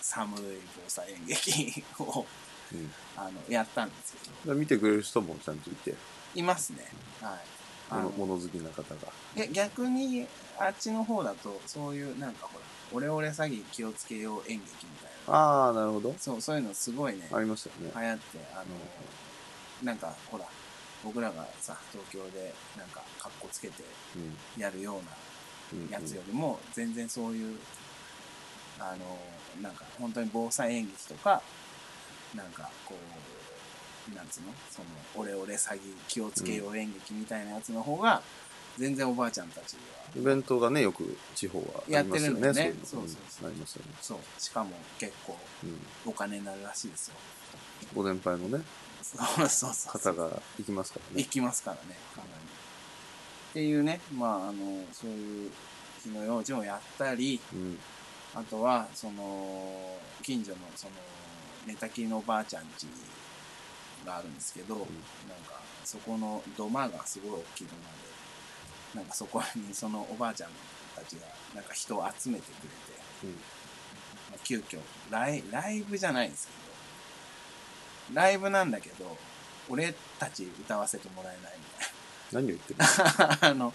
Speaker 3: 寒い防災演劇を
Speaker 2: うん
Speaker 3: あのやったんですけど
Speaker 2: だから見てくれる人もちゃんといて
Speaker 3: いますねはいあ
Speaker 2: もの
Speaker 3: の
Speaker 2: 物好きな方が
Speaker 3: いや逆にあっちの方だとそういうなんかほらオレオレ詐欺気をつけよう演劇みたいな
Speaker 2: ああなるほど
Speaker 3: そうそういうのすごいね
Speaker 2: ありましたよね
Speaker 3: 流行ってあのなんかほら僕らがさ東京でなんか格好つけて
Speaker 2: うん
Speaker 3: やるよう
Speaker 2: うんうん
Speaker 3: なやつよりも全然そういうあのなんか本当に防災演劇とかなんかこうなんつうのそのオレオレ詐欺気をつけよう演劇みたいなやつの方が全然おばあちゃんたちには
Speaker 2: イベントがねよく地方はありますよね
Speaker 3: やってるんだよね
Speaker 2: そういうの
Speaker 3: そうそうそうん
Speaker 2: ありますよね
Speaker 3: そうしかも結構
Speaker 2: うん
Speaker 3: お金になるらしいですよ
Speaker 2: ご年配のね
Speaker 3: そうそうそ
Speaker 2: 方
Speaker 3: う
Speaker 2: が行きますからね
Speaker 3: 行きますからねかなりっていうねまああのそういう火の用心をやったり
Speaker 2: うん
Speaker 3: あとはその近所のその寝たきりのおばあちゃん家があるんですけど、なんかそこの土間がすごい大きい土間でなんかそこにそのおばあちゃんたちがなんか人を集めてくれて
Speaker 2: うん
Speaker 3: まあ急遽ライライブじゃないんですけどライブなんだけど俺たち歌わせてもらえない
Speaker 2: 何を言ってる
Speaker 3: みたいな あの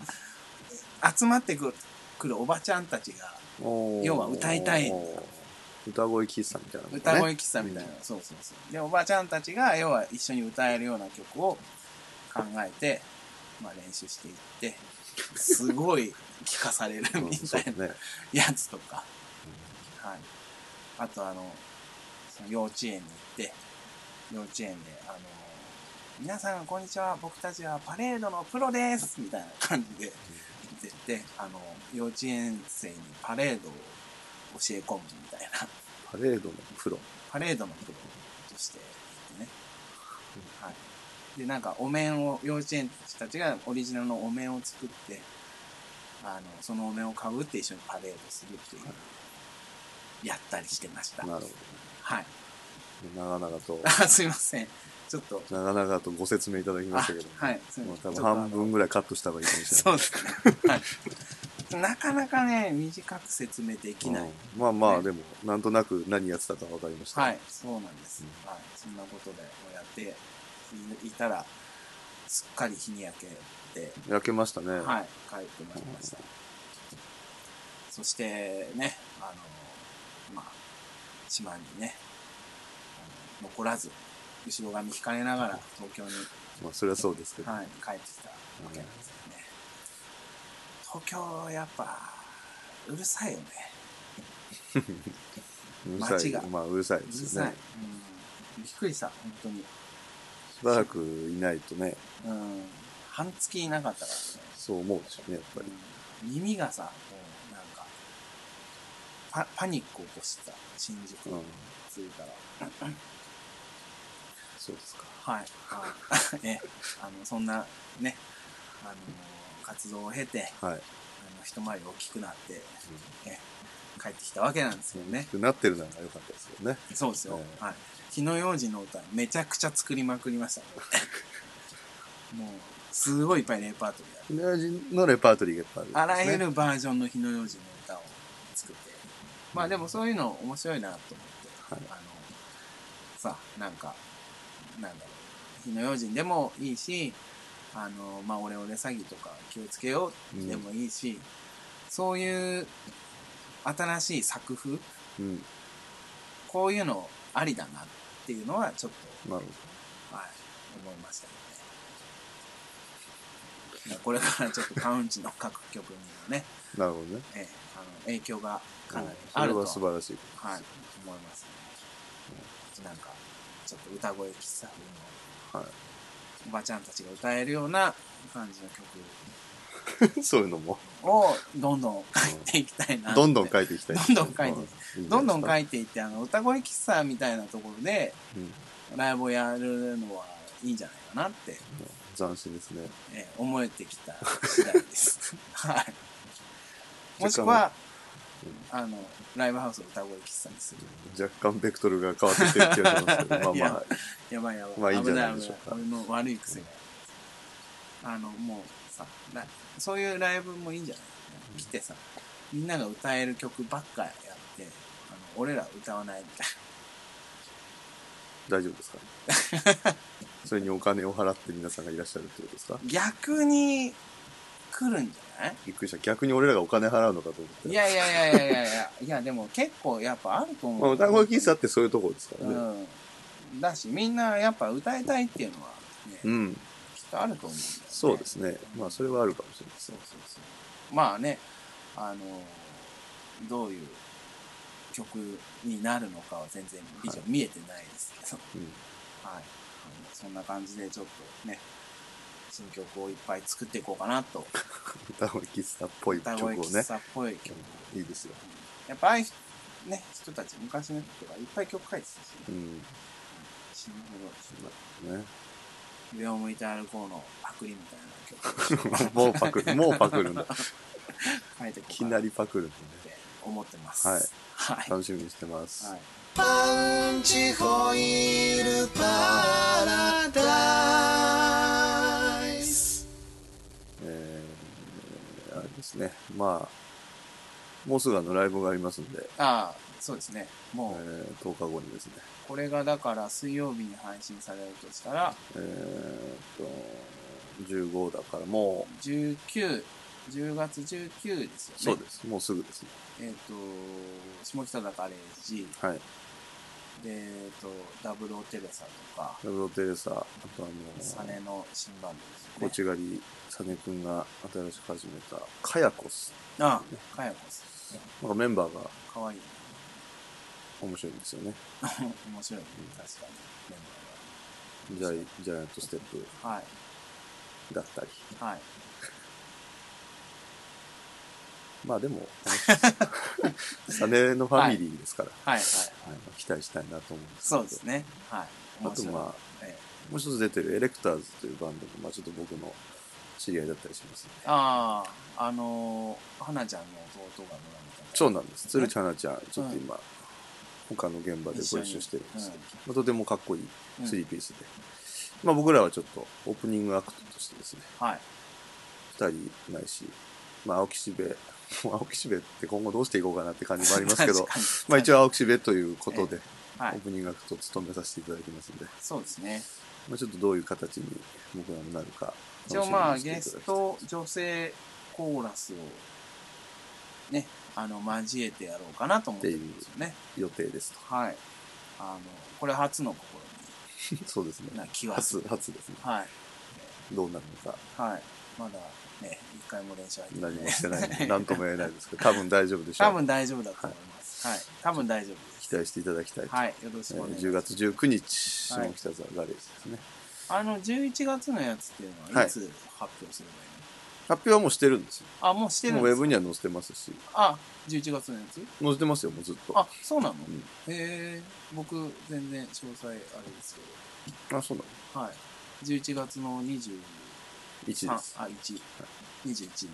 Speaker 3: 集まってくるくるおばちゃんたちが
Speaker 2: のおー
Speaker 3: 要は歌いたい
Speaker 2: 歌声喫茶みたいなことね
Speaker 3: 歌声喫茶みたいな、そうそうそうでおばちゃんたちが要は一緒に歌えるような曲を考えて、まあ、練習していってすごい聴かされる
Speaker 2: うん
Speaker 3: み
Speaker 2: そ
Speaker 3: た
Speaker 2: う
Speaker 3: いな
Speaker 2: ね
Speaker 3: やつとか、はい、あとあのその幼稚園に行って幼稚園であの「皆さんこんにちは僕たちはパレードのプロです」みたいな感じで絶対あの幼稚園生にパレードを教え込むみたいな
Speaker 2: パレードのプ ロ
Speaker 3: パレードのプロとして行ってね、はい、でなんかお面を幼稚園たちがオリジナルのお面を作ってあのそのお面をかぶって一緒にパレードするっていう、やったりしてました
Speaker 2: なるほ
Speaker 3: はい
Speaker 2: ど長々と
Speaker 3: あすいませんちょっと
Speaker 2: 長々とご説明いただきましたけど
Speaker 3: あはいすい
Speaker 2: も
Speaker 3: ま
Speaker 2: う多
Speaker 3: せ
Speaker 2: 分
Speaker 3: ん
Speaker 2: 半分ぐらいカットした方がいいかもしれ
Speaker 3: そ
Speaker 2: な
Speaker 3: う
Speaker 2: い
Speaker 3: ですね、はい、なかなかね短く説明できない、
Speaker 2: うんまあまあ
Speaker 3: ね
Speaker 2: でもなんとなく何やってたか分かりました
Speaker 3: はい、そうなんです。はい、そんなことでやっていいたら、すっかり日に焼けて、
Speaker 2: 焼けましたね
Speaker 3: はい、帰ってまいりました。そしてね、あの、まあ、島にね、あの残らず、後ろ髪引かれながら東京に、
Speaker 2: まあそれはそうですけど
Speaker 3: はい、帰ってきたわけなんですよね。東京、やっぱ、うるさいよね。
Speaker 2: うるさい
Speaker 3: 街が
Speaker 2: まあうるさいうで
Speaker 3: る
Speaker 2: す
Speaker 3: さ
Speaker 2: よ
Speaker 3: い。
Speaker 2: ね
Speaker 3: うん、びっくりした、本当に。
Speaker 2: しばらくいないとね
Speaker 3: うん、半月いなかったからね
Speaker 2: そう思うでしょうねやっぱり
Speaker 3: うん耳がさもうなんかパパニックを起こしてた新宿
Speaker 2: うん
Speaker 3: 着いたら、
Speaker 2: そうですか
Speaker 3: はい あねあのそんなねあの活動を経て
Speaker 2: はい
Speaker 3: あの一回り大きくなって、ね、帰ってきたわけなんですよね
Speaker 2: 大きくなってるなら良かったですよね
Speaker 3: そうですよ、
Speaker 2: ね
Speaker 3: はい火の用心の歌めちゃくちゃ作りまくりました、 もうすごいいっぱいレパートリーある
Speaker 2: イメージのレパートリーがいっぱい
Speaker 3: あ
Speaker 2: あるん
Speaker 3: ら
Speaker 2: ですね
Speaker 3: ゆるバージョンの火の用心の歌を作って。まあでもそういうの面白いなと思って。あの、さ、なんか、なんだろう。火の用心でもいいし、あの、まあオレオレ詐欺とか気をつけようでもいいし、そういう新しい作風、
Speaker 2: うん
Speaker 3: こういうのありだなっていうのはちょっ
Speaker 2: なるほ
Speaker 3: と、はい、思いましたよね。もうこれからちょっとパウンチの各局にもね、
Speaker 2: なるほどね。
Speaker 3: ええあの影響がかなり
Speaker 2: そ
Speaker 3: あ
Speaker 2: れ
Speaker 3: ると
Speaker 2: は素晴らしい。
Speaker 3: はい、思います、ね。なんか、ちょっと歌声喫茶風の
Speaker 2: は
Speaker 3: おばちゃんたちが歌えるような感じの曲
Speaker 2: い。そういうのも、
Speaker 3: をどんどん書いていきたいなって
Speaker 2: どんどん書いていきたい。
Speaker 3: どんどん書いてい
Speaker 2: うんい
Speaker 3: き
Speaker 2: いんじゃ
Speaker 3: どん
Speaker 2: な
Speaker 3: ど
Speaker 2: いです
Speaker 3: ん書
Speaker 2: か
Speaker 3: いていってあの歌声喫茶みたいなところで
Speaker 2: うん
Speaker 3: ライブをやるのはいいんじゃないかなって、
Speaker 2: 斬新ですね。
Speaker 3: えー思えてきた次第 です。はい、もしくはあのライブハウスを歌声喫茶にする。
Speaker 2: 若干ベクトルが変わってきてる気がしますけど、まあ
Speaker 3: い
Speaker 2: ま
Speaker 3: や
Speaker 2: あ、
Speaker 3: やばいやばい。
Speaker 2: まあいいんじゃないで
Speaker 3: 危危
Speaker 2: しょうか
Speaker 3: 俺の悪い癖が。あの、もうさ、なそういうライブもいいんじゃない来てさ、みんなが歌える曲ばっかやって、あの俺ら歌わないみたい
Speaker 2: 大丈夫ですか それにお金を払って皆さんがいらっしゃるってことですか
Speaker 3: な。 逆に来るんじゃない
Speaker 2: びっくりした。逆に俺らがお金払うのかと思って。
Speaker 3: いやいやいやいやいやいや、いやでも結構やっぱあると思う。
Speaker 2: まあ、歌声喫茶ってそういうところですからね。
Speaker 3: うん。だし、みんなやっぱ歌いたいっていうのは、
Speaker 2: う
Speaker 3: ね、
Speaker 2: ん、
Speaker 3: きっとあると思うんだよね。
Speaker 2: そうですね。まあ、それはあるかもしれないです
Speaker 3: そう
Speaker 2: ね。
Speaker 3: そうそうまあねあのどういう曲になるのかは全然以上見えてないですけど、はいあのそんな感じでちょっとね新曲をいっぱい作っていこうかなと
Speaker 2: うん、歌声喫茶っぽい
Speaker 3: 歌
Speaker 2: 曲を
Speaker 3: 声
Speaker 2: ね。
Speaker 3: 喫茶っぽい曲
Speaker 2: いいですよ。
Speaker 3: やっぱああいう人ね人たち昔の人がいっぱい曲書いてたし、ね、
Speaker 2: うん。
Speaker 3: 死ぬほど
Speaker 2: ね、
Speaker 3: 上を向いて歩こうのパクリみたいな曲
Speaker 2: もうパクる、もうパクるんだ。
Speaker 3: 書いていこ
Speaker 2: いうき
Speaker 3: か
Speaker 2: な
Speaker 3: なっ
Speaker 2: りパクるんだね。
Speaker 3: て思ってます
Speaker 2: はい
Speaker 3: はい、
Speaker 2: 楽しみにしてます。
Speaker 3: はい
Speaker 1: パンチホイールパラダイス
Speaker 2: えー、あれですね。まあ、もうすぐあのライブがありますんで、
Speaker 3: ああそうですね
Speaker 2: え
Speaker 3: もう
Speaker 2: ー、10日後にですね。
Speaker 3: これがだから水曜日に配信されるとしたら
Speaker 2: えー、っと、15だからもう、
Speaker 3: 19 10月19ですよ
Speaker 2: そ
Speaker 3: ね。
Speaker 2: うです。もうすぐですね。
Speaker 3: えっ、と、下北沢ガレージ、
Speaker 2: はい。
Speaker 3: で、えっ、と、ダブルオテレサとか、
Speaker 2: ラブドテレサ、あとあ
Speaker 3: サ
Speaker 2: の、
Speaker 3: ネの新バンド
Speaker 2: コ
Speaker 3: ですよね。
Speaker 2: チ狩り、サネ君が新しく始めた、カヤコス。
Speaker 3: ああ、かやこさん。
Speaker 2: なんかメンバーが
Speaker 3: かわいい。
Speaker 2: 面白いんですよね。
Speaker 3: 面白いね、確かに。メン
Speaker 2: ジャイジャイアントステップ
Speaker 3: バーがはい。
Speaker 2: だったり。
Speaker 3: はい。
Speaker 2: まあ でも、サネのファミリーですから、
Speaker 3: はい、はい。
Speaker 2: はい期待したいなと思うんですけ
Speaker 3: そ
Speaker 2: ど。
Speaker 3: うですね。はい。
Speaker 2: あとまあ、
Speaker 3: え
Speaker 2: もう一つ出てるエレクターズというバンドも、まあちょっと僕の知り合いだったりしますね。
Speaker 3: えああ、あのー、花ちゃんの弟がドラムだった
Speaker 2: そうなんです。鶴ちゃなちゃん、ちょっと今、他の現場でご一緒してるんですけど、まあとてもかっこいい
Speaker 3: うん
Speaker 2: 3ピースで。まあ僕らはちょっとオープニングアクトとしてですね、
Speaker 3: はい。
Speaker 2: 2人ないし、まあ青木しべ、 もう青木しべって今後どうしていこうかなって感じもありますけど
Speaker 3: 確、かに
Speaker 2: まあ一応青木しべということで、オ
Speaker 3: はい
Speaker 2: ー。プニングアクトを務めさせていただきますんで、
Speaker 3: そうですね。
Speaker 2: まあちょっとどういう形に僕らもなるか、
Speaker 3: 一応まあ
Speaker 2: 楽しみ
Speaker 3: ゲ
Speaker 2: にしてい
Speaker 3: ス
Speaker 2: ただき
Speaker 3: ト女性コーラスをねあの交えてやろうかなと思ってるんですよね
Speaker 2: たい予定です
Speaker 3: はいあのこれ初の
Speaker 2: と。そうですね
Speaker 3: 試み。な気はす
Speaker 2: 初
Speaker 3: る、
Speaker 2: 初ですね。
Speaker 3: はい
Speaker 2: どうなるのか。
Speaker 3: はいまだね一回も練習入って
Speaker 2: 何もして
Speaker 3: い
Speaker 2: ないので、なんとも言えないですけど、多分大丈夫でしょう。
Speaker 3: 多分大丈夫だと思いますはい、多分大丈夫です
Speaker 2: 期待していただきたいと。
Speaker 3: はいよろし
Speaker 2: え
Speaker 3: くお願い
Speaker 2: ー
Speaker 3: し
Speaker 2: 10
Speaker 3: ます、
Speaker 2: 月19日、下
Speaker 3: はい
Speaker 2: 北沢ガレージですね。
Speaker 3: あの11月のやつっていうの
Speaker 2: は
Speaker 3: はいいつ発表すればいいの、
Speaker 2: 発表はもうしてるんですよ。
Speaker 3: あもうしてる
Speaker 2: も
Speaker 3: ん
Speaker 2: うウ
Speaker 3: で
Speaker 2: ェ
Speaker 3: すか
Speaker 2: ブには載せてますし、
Speaker 3: あ11月のやつ
Speaker 2: 載せてますよ、もうずっと。
Speaker 3: あそうなの、
Speaker 2: うん
Speaker 3: へえ僕全然詳細あれですけ
Speaker 2: あ、そうなの
Speaker 3: どはい11月の23
Speaker 2: ?1 です。
Speaker 3: あ121に、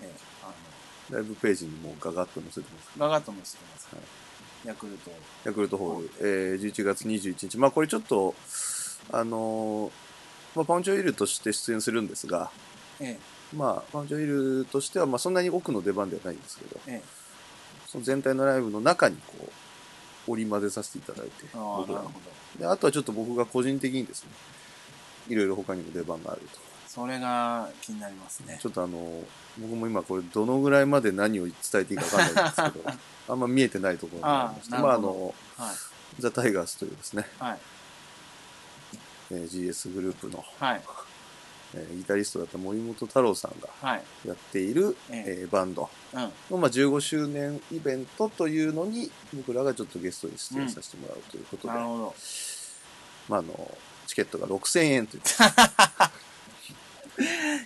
Speaker 3: えーあ
Speaker 2: ライブページにもうガガッと載せてます。
Speaker 3: のガガットもしてます、
Speaker 2: はい
Speaker 3: ヤクルト
Speaker 2: ヤクルトホール、えー、11月21日。まあこれちょっと、あのーまあパウンチョイルとして出演するんですが、
Speaker 3: え
Speaker 2: まあ、パウンチョイルとしては、まあそんなに奥の出番ではないんですけど、
Speaker 3: ええ
Speaker 2: その全体のライブの中にこう、織り交ぜさせていただいて、
Speaker 3: えああ
Speaker 2: 僕
Speaker 3: な
Speaker 2: ら
Speaker 3: る
Speaker 2: の
Speaker 3: ほど
Speaker 2: で、あとはちょっと僕が個人的にですね、いろいろ他にも出番があると。
Speaker 3: それが気になりますね
Speaker 2: ちょっとあの、僕も今これどのぐらいまで何を伝えていいかわかんないんですけど、 あんま見えてないところがありまして、
Speaker 3: ああ
Speaker 2: まあ
Speaker 3: な
Speaker 2: あ
Speaker 3: るほど
Speaker 2: の、
Speaker 3: はい
Speaker 2: ザ・タイガースというですね、
Speaker 3: はい
Speaker 2: えー GS グループの
Speaker 3: はい
Speaker 2: えーギタリストだった森本太郎さんが
Speaker 3: はい。
Speaker 2: やっている、
Speaker 3: ええ
Speaker 2: えーバンド
Speaker 3: うん。
Speaker 2: の、まあ、15周年イベントというのに僕らがちょっとゲストに出演させてもらうということで、
Speaker 3: なるほど。
Speaker 2: まあ、あのチケットが6000円という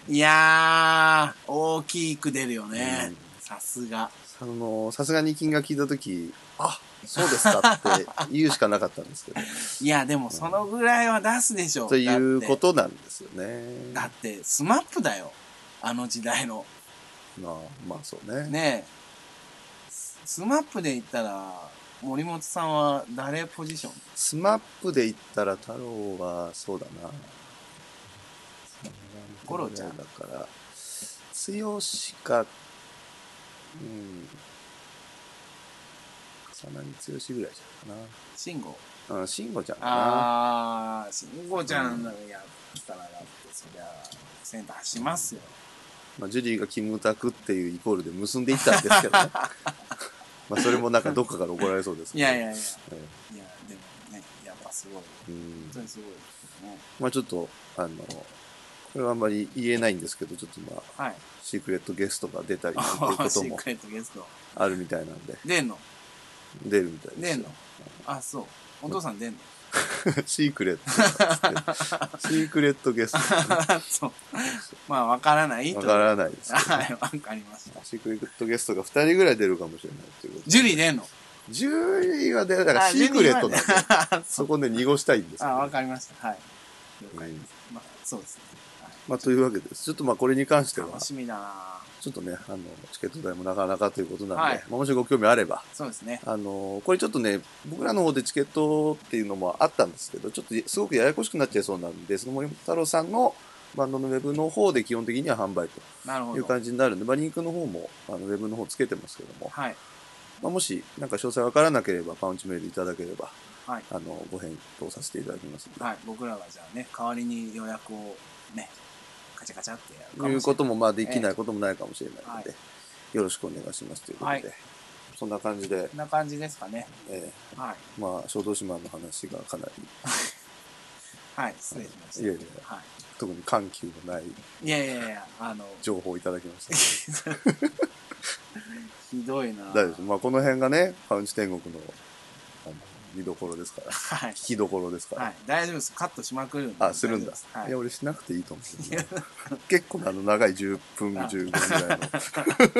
Speaker 3: いやー、大きく出るよね
Speaker 2: うん。
Speaker 3: さすが。
Speaker 2: あのさすがに金額聞いた時あそうですか って言うしかなかったんですけど
Speaker 3: いや、でもそのぐらいは出すでしょ。
Speaker 2: というこ
Speaker 3: だっ
Speaker 2: となんですよね
Speaker 3: て。だって、スマップだよ。あの時代の。
Speaker 2: まあまあそうね
Speaker 3: ねえ。ススマップで言ったら、森本さんは誰ポジション
Speaker 2: スマップで言ったら太郎はそうだな
Speaker 3: 五郎ちゃん
Speaker 2: だから剛しかうん草薙剛ぐらいじゃない
Speaker 3: 慎吾
Speaker 2: かなうん慎吾ちゃんかな
Speaker 3: ああ、慎吾ちゃんのやったらだって、そりゃ、センターしますよ。
Speaker 2: まあ、ジュリーがキムタクっていうイコールで結んでいったんですけど ねまあそれもなんかどっかから怒られそうです
Speaker 3: い
Speaker 2: けど
Speaker 3: やいやいや、いや、
Speaker 2: ええ
Speaker 3: でもね、やっぱすごい。
Speaker 2: うん
Speaker 3: 本当にすごいですね。
Speaker 2: まあちょっとあのこれはあんまり言えないんですけどちょっとまあ
Speaker 3: はい。
Speaker 2: シークレットゲストが出たりなんていう こ
Speaker 3: シ
Speaker 2: と
Speaker 3: ー
Speaker 2: も
Speaker 3: クレットゲスト。
Speaker 2: あるみたいなんで
Speaker 3: 出んの
Speaker 2: 出るみたいです
Speaker 3: 出
Speaker 2: よ
Speaker 3: んのあ、そう。お父さん出んの
Speaker 2: シークレットっつって。シークレットゲストですね。
Speaker 3: そう。まあ、わからないと
Speaker 2: わからないです けど
Speaker 3: はい、わかりました。
Speaker 2: シークレットゲストが2人ぐらい出るかもしれないっていうこと。
Speaker 3: ジュリー出んの
Speaker 2: ジュリーは出ない。だから
Speaker 3: あ
Speaker 2: シークレット
Speaker 3: ジュリ
Speaker 2: なんで
Speaker 3: ー、はね
Speaker 2: そこで濁したいんですけど
Speaker 3: あ、
Speaker 2: ね
Speaker 3: わかりました。はい。了解
Speaker 2: うん
Speaker 3: まあ、そうですね。はい
Speaker 2: まあというわけです。ちょっとまあこれに関しては、
Speaker 3: 楽しみだな
Speaker 2: ちょっとね、あの、チケット代もなかなかということなんで、
Speaker 3: はい
Speaker 2: まあもしご興味あれば、
Speaker 3: そうですね。
Speaker 2: あの、これちょっとね、僕らの方でチケットっていうのもあったんですけど、ちょっとすごくややこしくなっちゃいそうなんで、その森本太郎さんのバンドのウェブの方で基本的には販売と
Speaker 3: なるほ
Speaker 2: いう
Speaker 3: ど。
Speaker 2: 感じになるんで、まあ、リンクの方もあのウェブの方つけてますけども、
Speaker 3: はい。
Speaker 2: まあ、もしなんか詳細わからなければ、パウンチメールいただければ、
Speaker 3: はい。
Speaker 2: あのご返答させていただきますので、、
Speaker 3: はい。僕らがじゃあね、代わりに予約をね、カチャカチャってやるかもしれないいう
Speaker 2: こともまあできないこともないかもしれないので、よろしくお願いしますということで、
Speaker 3: はい
Speaker 2: そんな感じで
Speaker 3: こ、んな感じですかね。
Speaker 2: え
Speaker 3: はい。
Speaker 2: ーまあ、小豆島の話がかなり、
Speaker 3: はい。失礼しました。
Speaker 2: いやいや
Speaker 3: は
Speaker 2: 特に緩急のない
Speaker 3: い。いやいやいや、あの、
Speaker 2: 情報をいただきました。
Speaker 3: ひどいな
Speaker 2: 大丈夫です。まあ、この辺がね、パウンチ天国のあの見どころですから、
Speaker 3: はい
Speaker 2: 聞。きどころですから。
Speaker 3: はい。大丈夫です。カットしまくるんで。
Speaker 2: あ、するんだ、
Speaker 3: 大丈夫で。はいい
Speaker 2: や、。俺しなくていいと思うけどね。結構あの長い10分、
Speaker 3: あ
Speaker 2: 15分ぐらい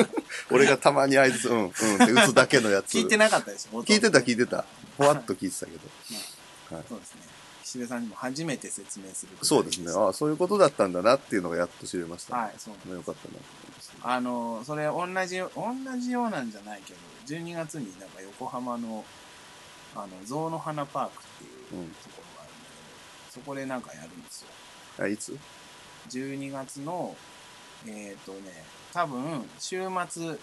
Speaker 2: の。 俺がたまに合図、うん、うんって打つだけのやつ。
Speaker 3: 聞いてなかったでしょ
Speaker 2: 聞いてた、聞い
Speaker 3: て
Speaker 2: てた。ほわっと聞いてたけど。
Speaker 3: そうですね。岸部さんにも初めて説明する。
Speaker 2: そうですね。
Speaker 3: は
Speaker 2: あそういうことだったんだなっていうのがやっと知れました。
Speaker 3: い。そうなんです
Speaker 2: まあよかったなと思います。
Speaker 3: あのそれ同じ同じようなんじゃないけど12月になんか横浜のあの象の花パークっていう
Speaker 2: うん
Speaker 3: ところがあるんだけど、そこでなんかやるんですよ
Speaker 2: あ、いつ
Speaker 3: 12月のえっ、とね多分週末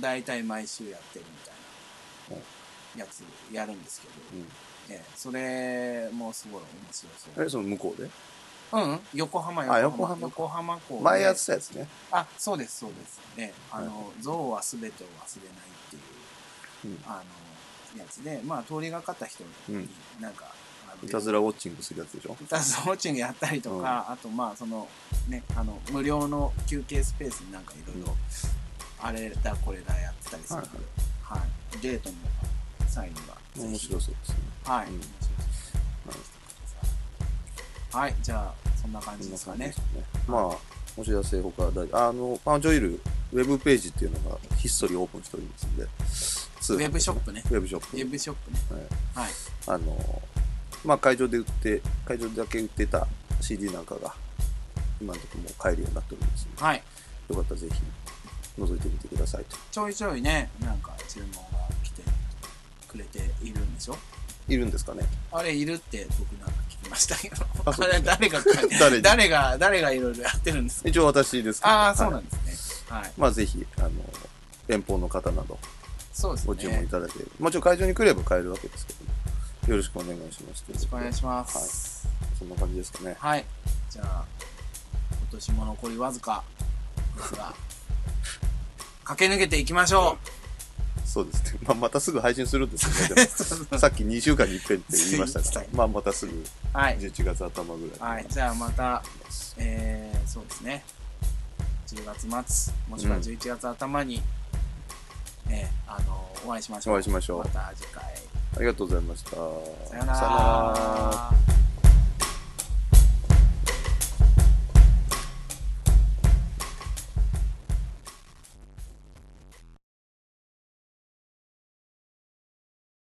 Speaker 3: 大体毎週やってるみたいなやつやるんですけど、ええそれもすごい面白
Speaker 2: あ
Speaker 3: そう
Speaker 2: れ、その向こうで。
Speaker 3: うんうん横浜
Speaker 2: あ
Speaker 3: 横
Speaker 2: 横
Speaker 3: 浜
Speaker 2: 浜
Speaker 3: 横浜港で
Speaker 2: 前やってたやつね。
Speaker 3: あそうですそうですねあの、
Speaker 2: は
Speaker 3: 象は全てを忘れないっていう、
Speaker 2: うん
Speaker 3: あのやつでまあ通りがかった人
Speaker 2: う
Speaker 3: に
Speaker 2: ん
Speaker 3: なんか、あの
Speaker 2: いたずらウォッチングするやつでしょ。
Speaker 3: いたずらウォッチングやったりとか、あとまあそのねあの無料の休憩スペースになんかいろいろあれだこれだやってたりするので、はいデートの際にはぜひ
Speaker 2: 面白そうですね。
Speaker 3: はい、
Speaker 2: うん
Speaker 3: 面白いはいじゃあそんな感じですかね。
Speaker 2: まあ、お知らせ他大あの、パンジョイル、ウェブページっていうのがひっそりオープンしておりますんで、
Speaker 3: ウ
Speaker 2: 通販
Speaker 3: ェブショップね
Speaker 2: ウェブショ
Speaker 3: ウ
Speaker 2: ッ
Speaker 3: ェ
Speaker 2: プ。
Speaker 3: ブショップね
Speaker 2: はい
Speaker 3: はい
Speaker 2: あの、まあ、会場で売って、会場だけ売ってた CD なんかが、今のところもう買えるようになっておりますんで、
Speaker 3: はい
Speaker 2: よかったらぜひ、覗いてみてくださいと。
Speaker 3: ちょいちょいね、なんか注文が来てくれているんでしょ
Speaker 2: いるんですかね
Speaker 3: あれいるって僕なんか聞きましたけど。あ
Speaker 2: あそう
Speaker 3: れ誰が、
Speaker 2: 誰に
Speaker 3: 誰が、誰がいろいろやってるんですか
Speaker 2: 一応私ですけど
Speaker 3: ああ、そう
Speaker 2: は
Speaker 3: ないんですね。はい。
Speaker 2: まあ、ぜひ、あの、遠方の方など、
Speaker 3: そうです
Speaker 2: ご注文い
Speaker 3: ね。
Speaker 2: ただければ、まあ、ちょ会場に来れば買えるわけですけども、よろしくお願いします。よ
Speaker 3: よろしくお願いします。
Speaker 2: そんな感じですかね。
Speaker 3: はい。じゃあ、今年も残りわずかですが、駆け抜けていきましょ
Speaker 2: そうですね。まあ、またすぐ配信するんです よ
Speaker 3: う。
Speaker 2: ね。でもさっき2週間に一遍って言いました
Speaker 3: つい
Speaker 2: か
Speaker 3: に
Speaker 2: ら、まあ、またすぐ
Speaker 3: はい。
Speaker 2: 11月頭ぐらいに。
Speaker 3: はい。じゃあまた、えーそうですね10月末もしくは
Speaker 2: うん
Speaker 3: 11月頭に、ねあのお会いしましょう
Speaker 2: お会いしましょう
Speaker 3: また次回
Speaker 2: ありがとうございました。
Speaker 3: さよな
Speaker 2: さよなら
Speaker 3: ら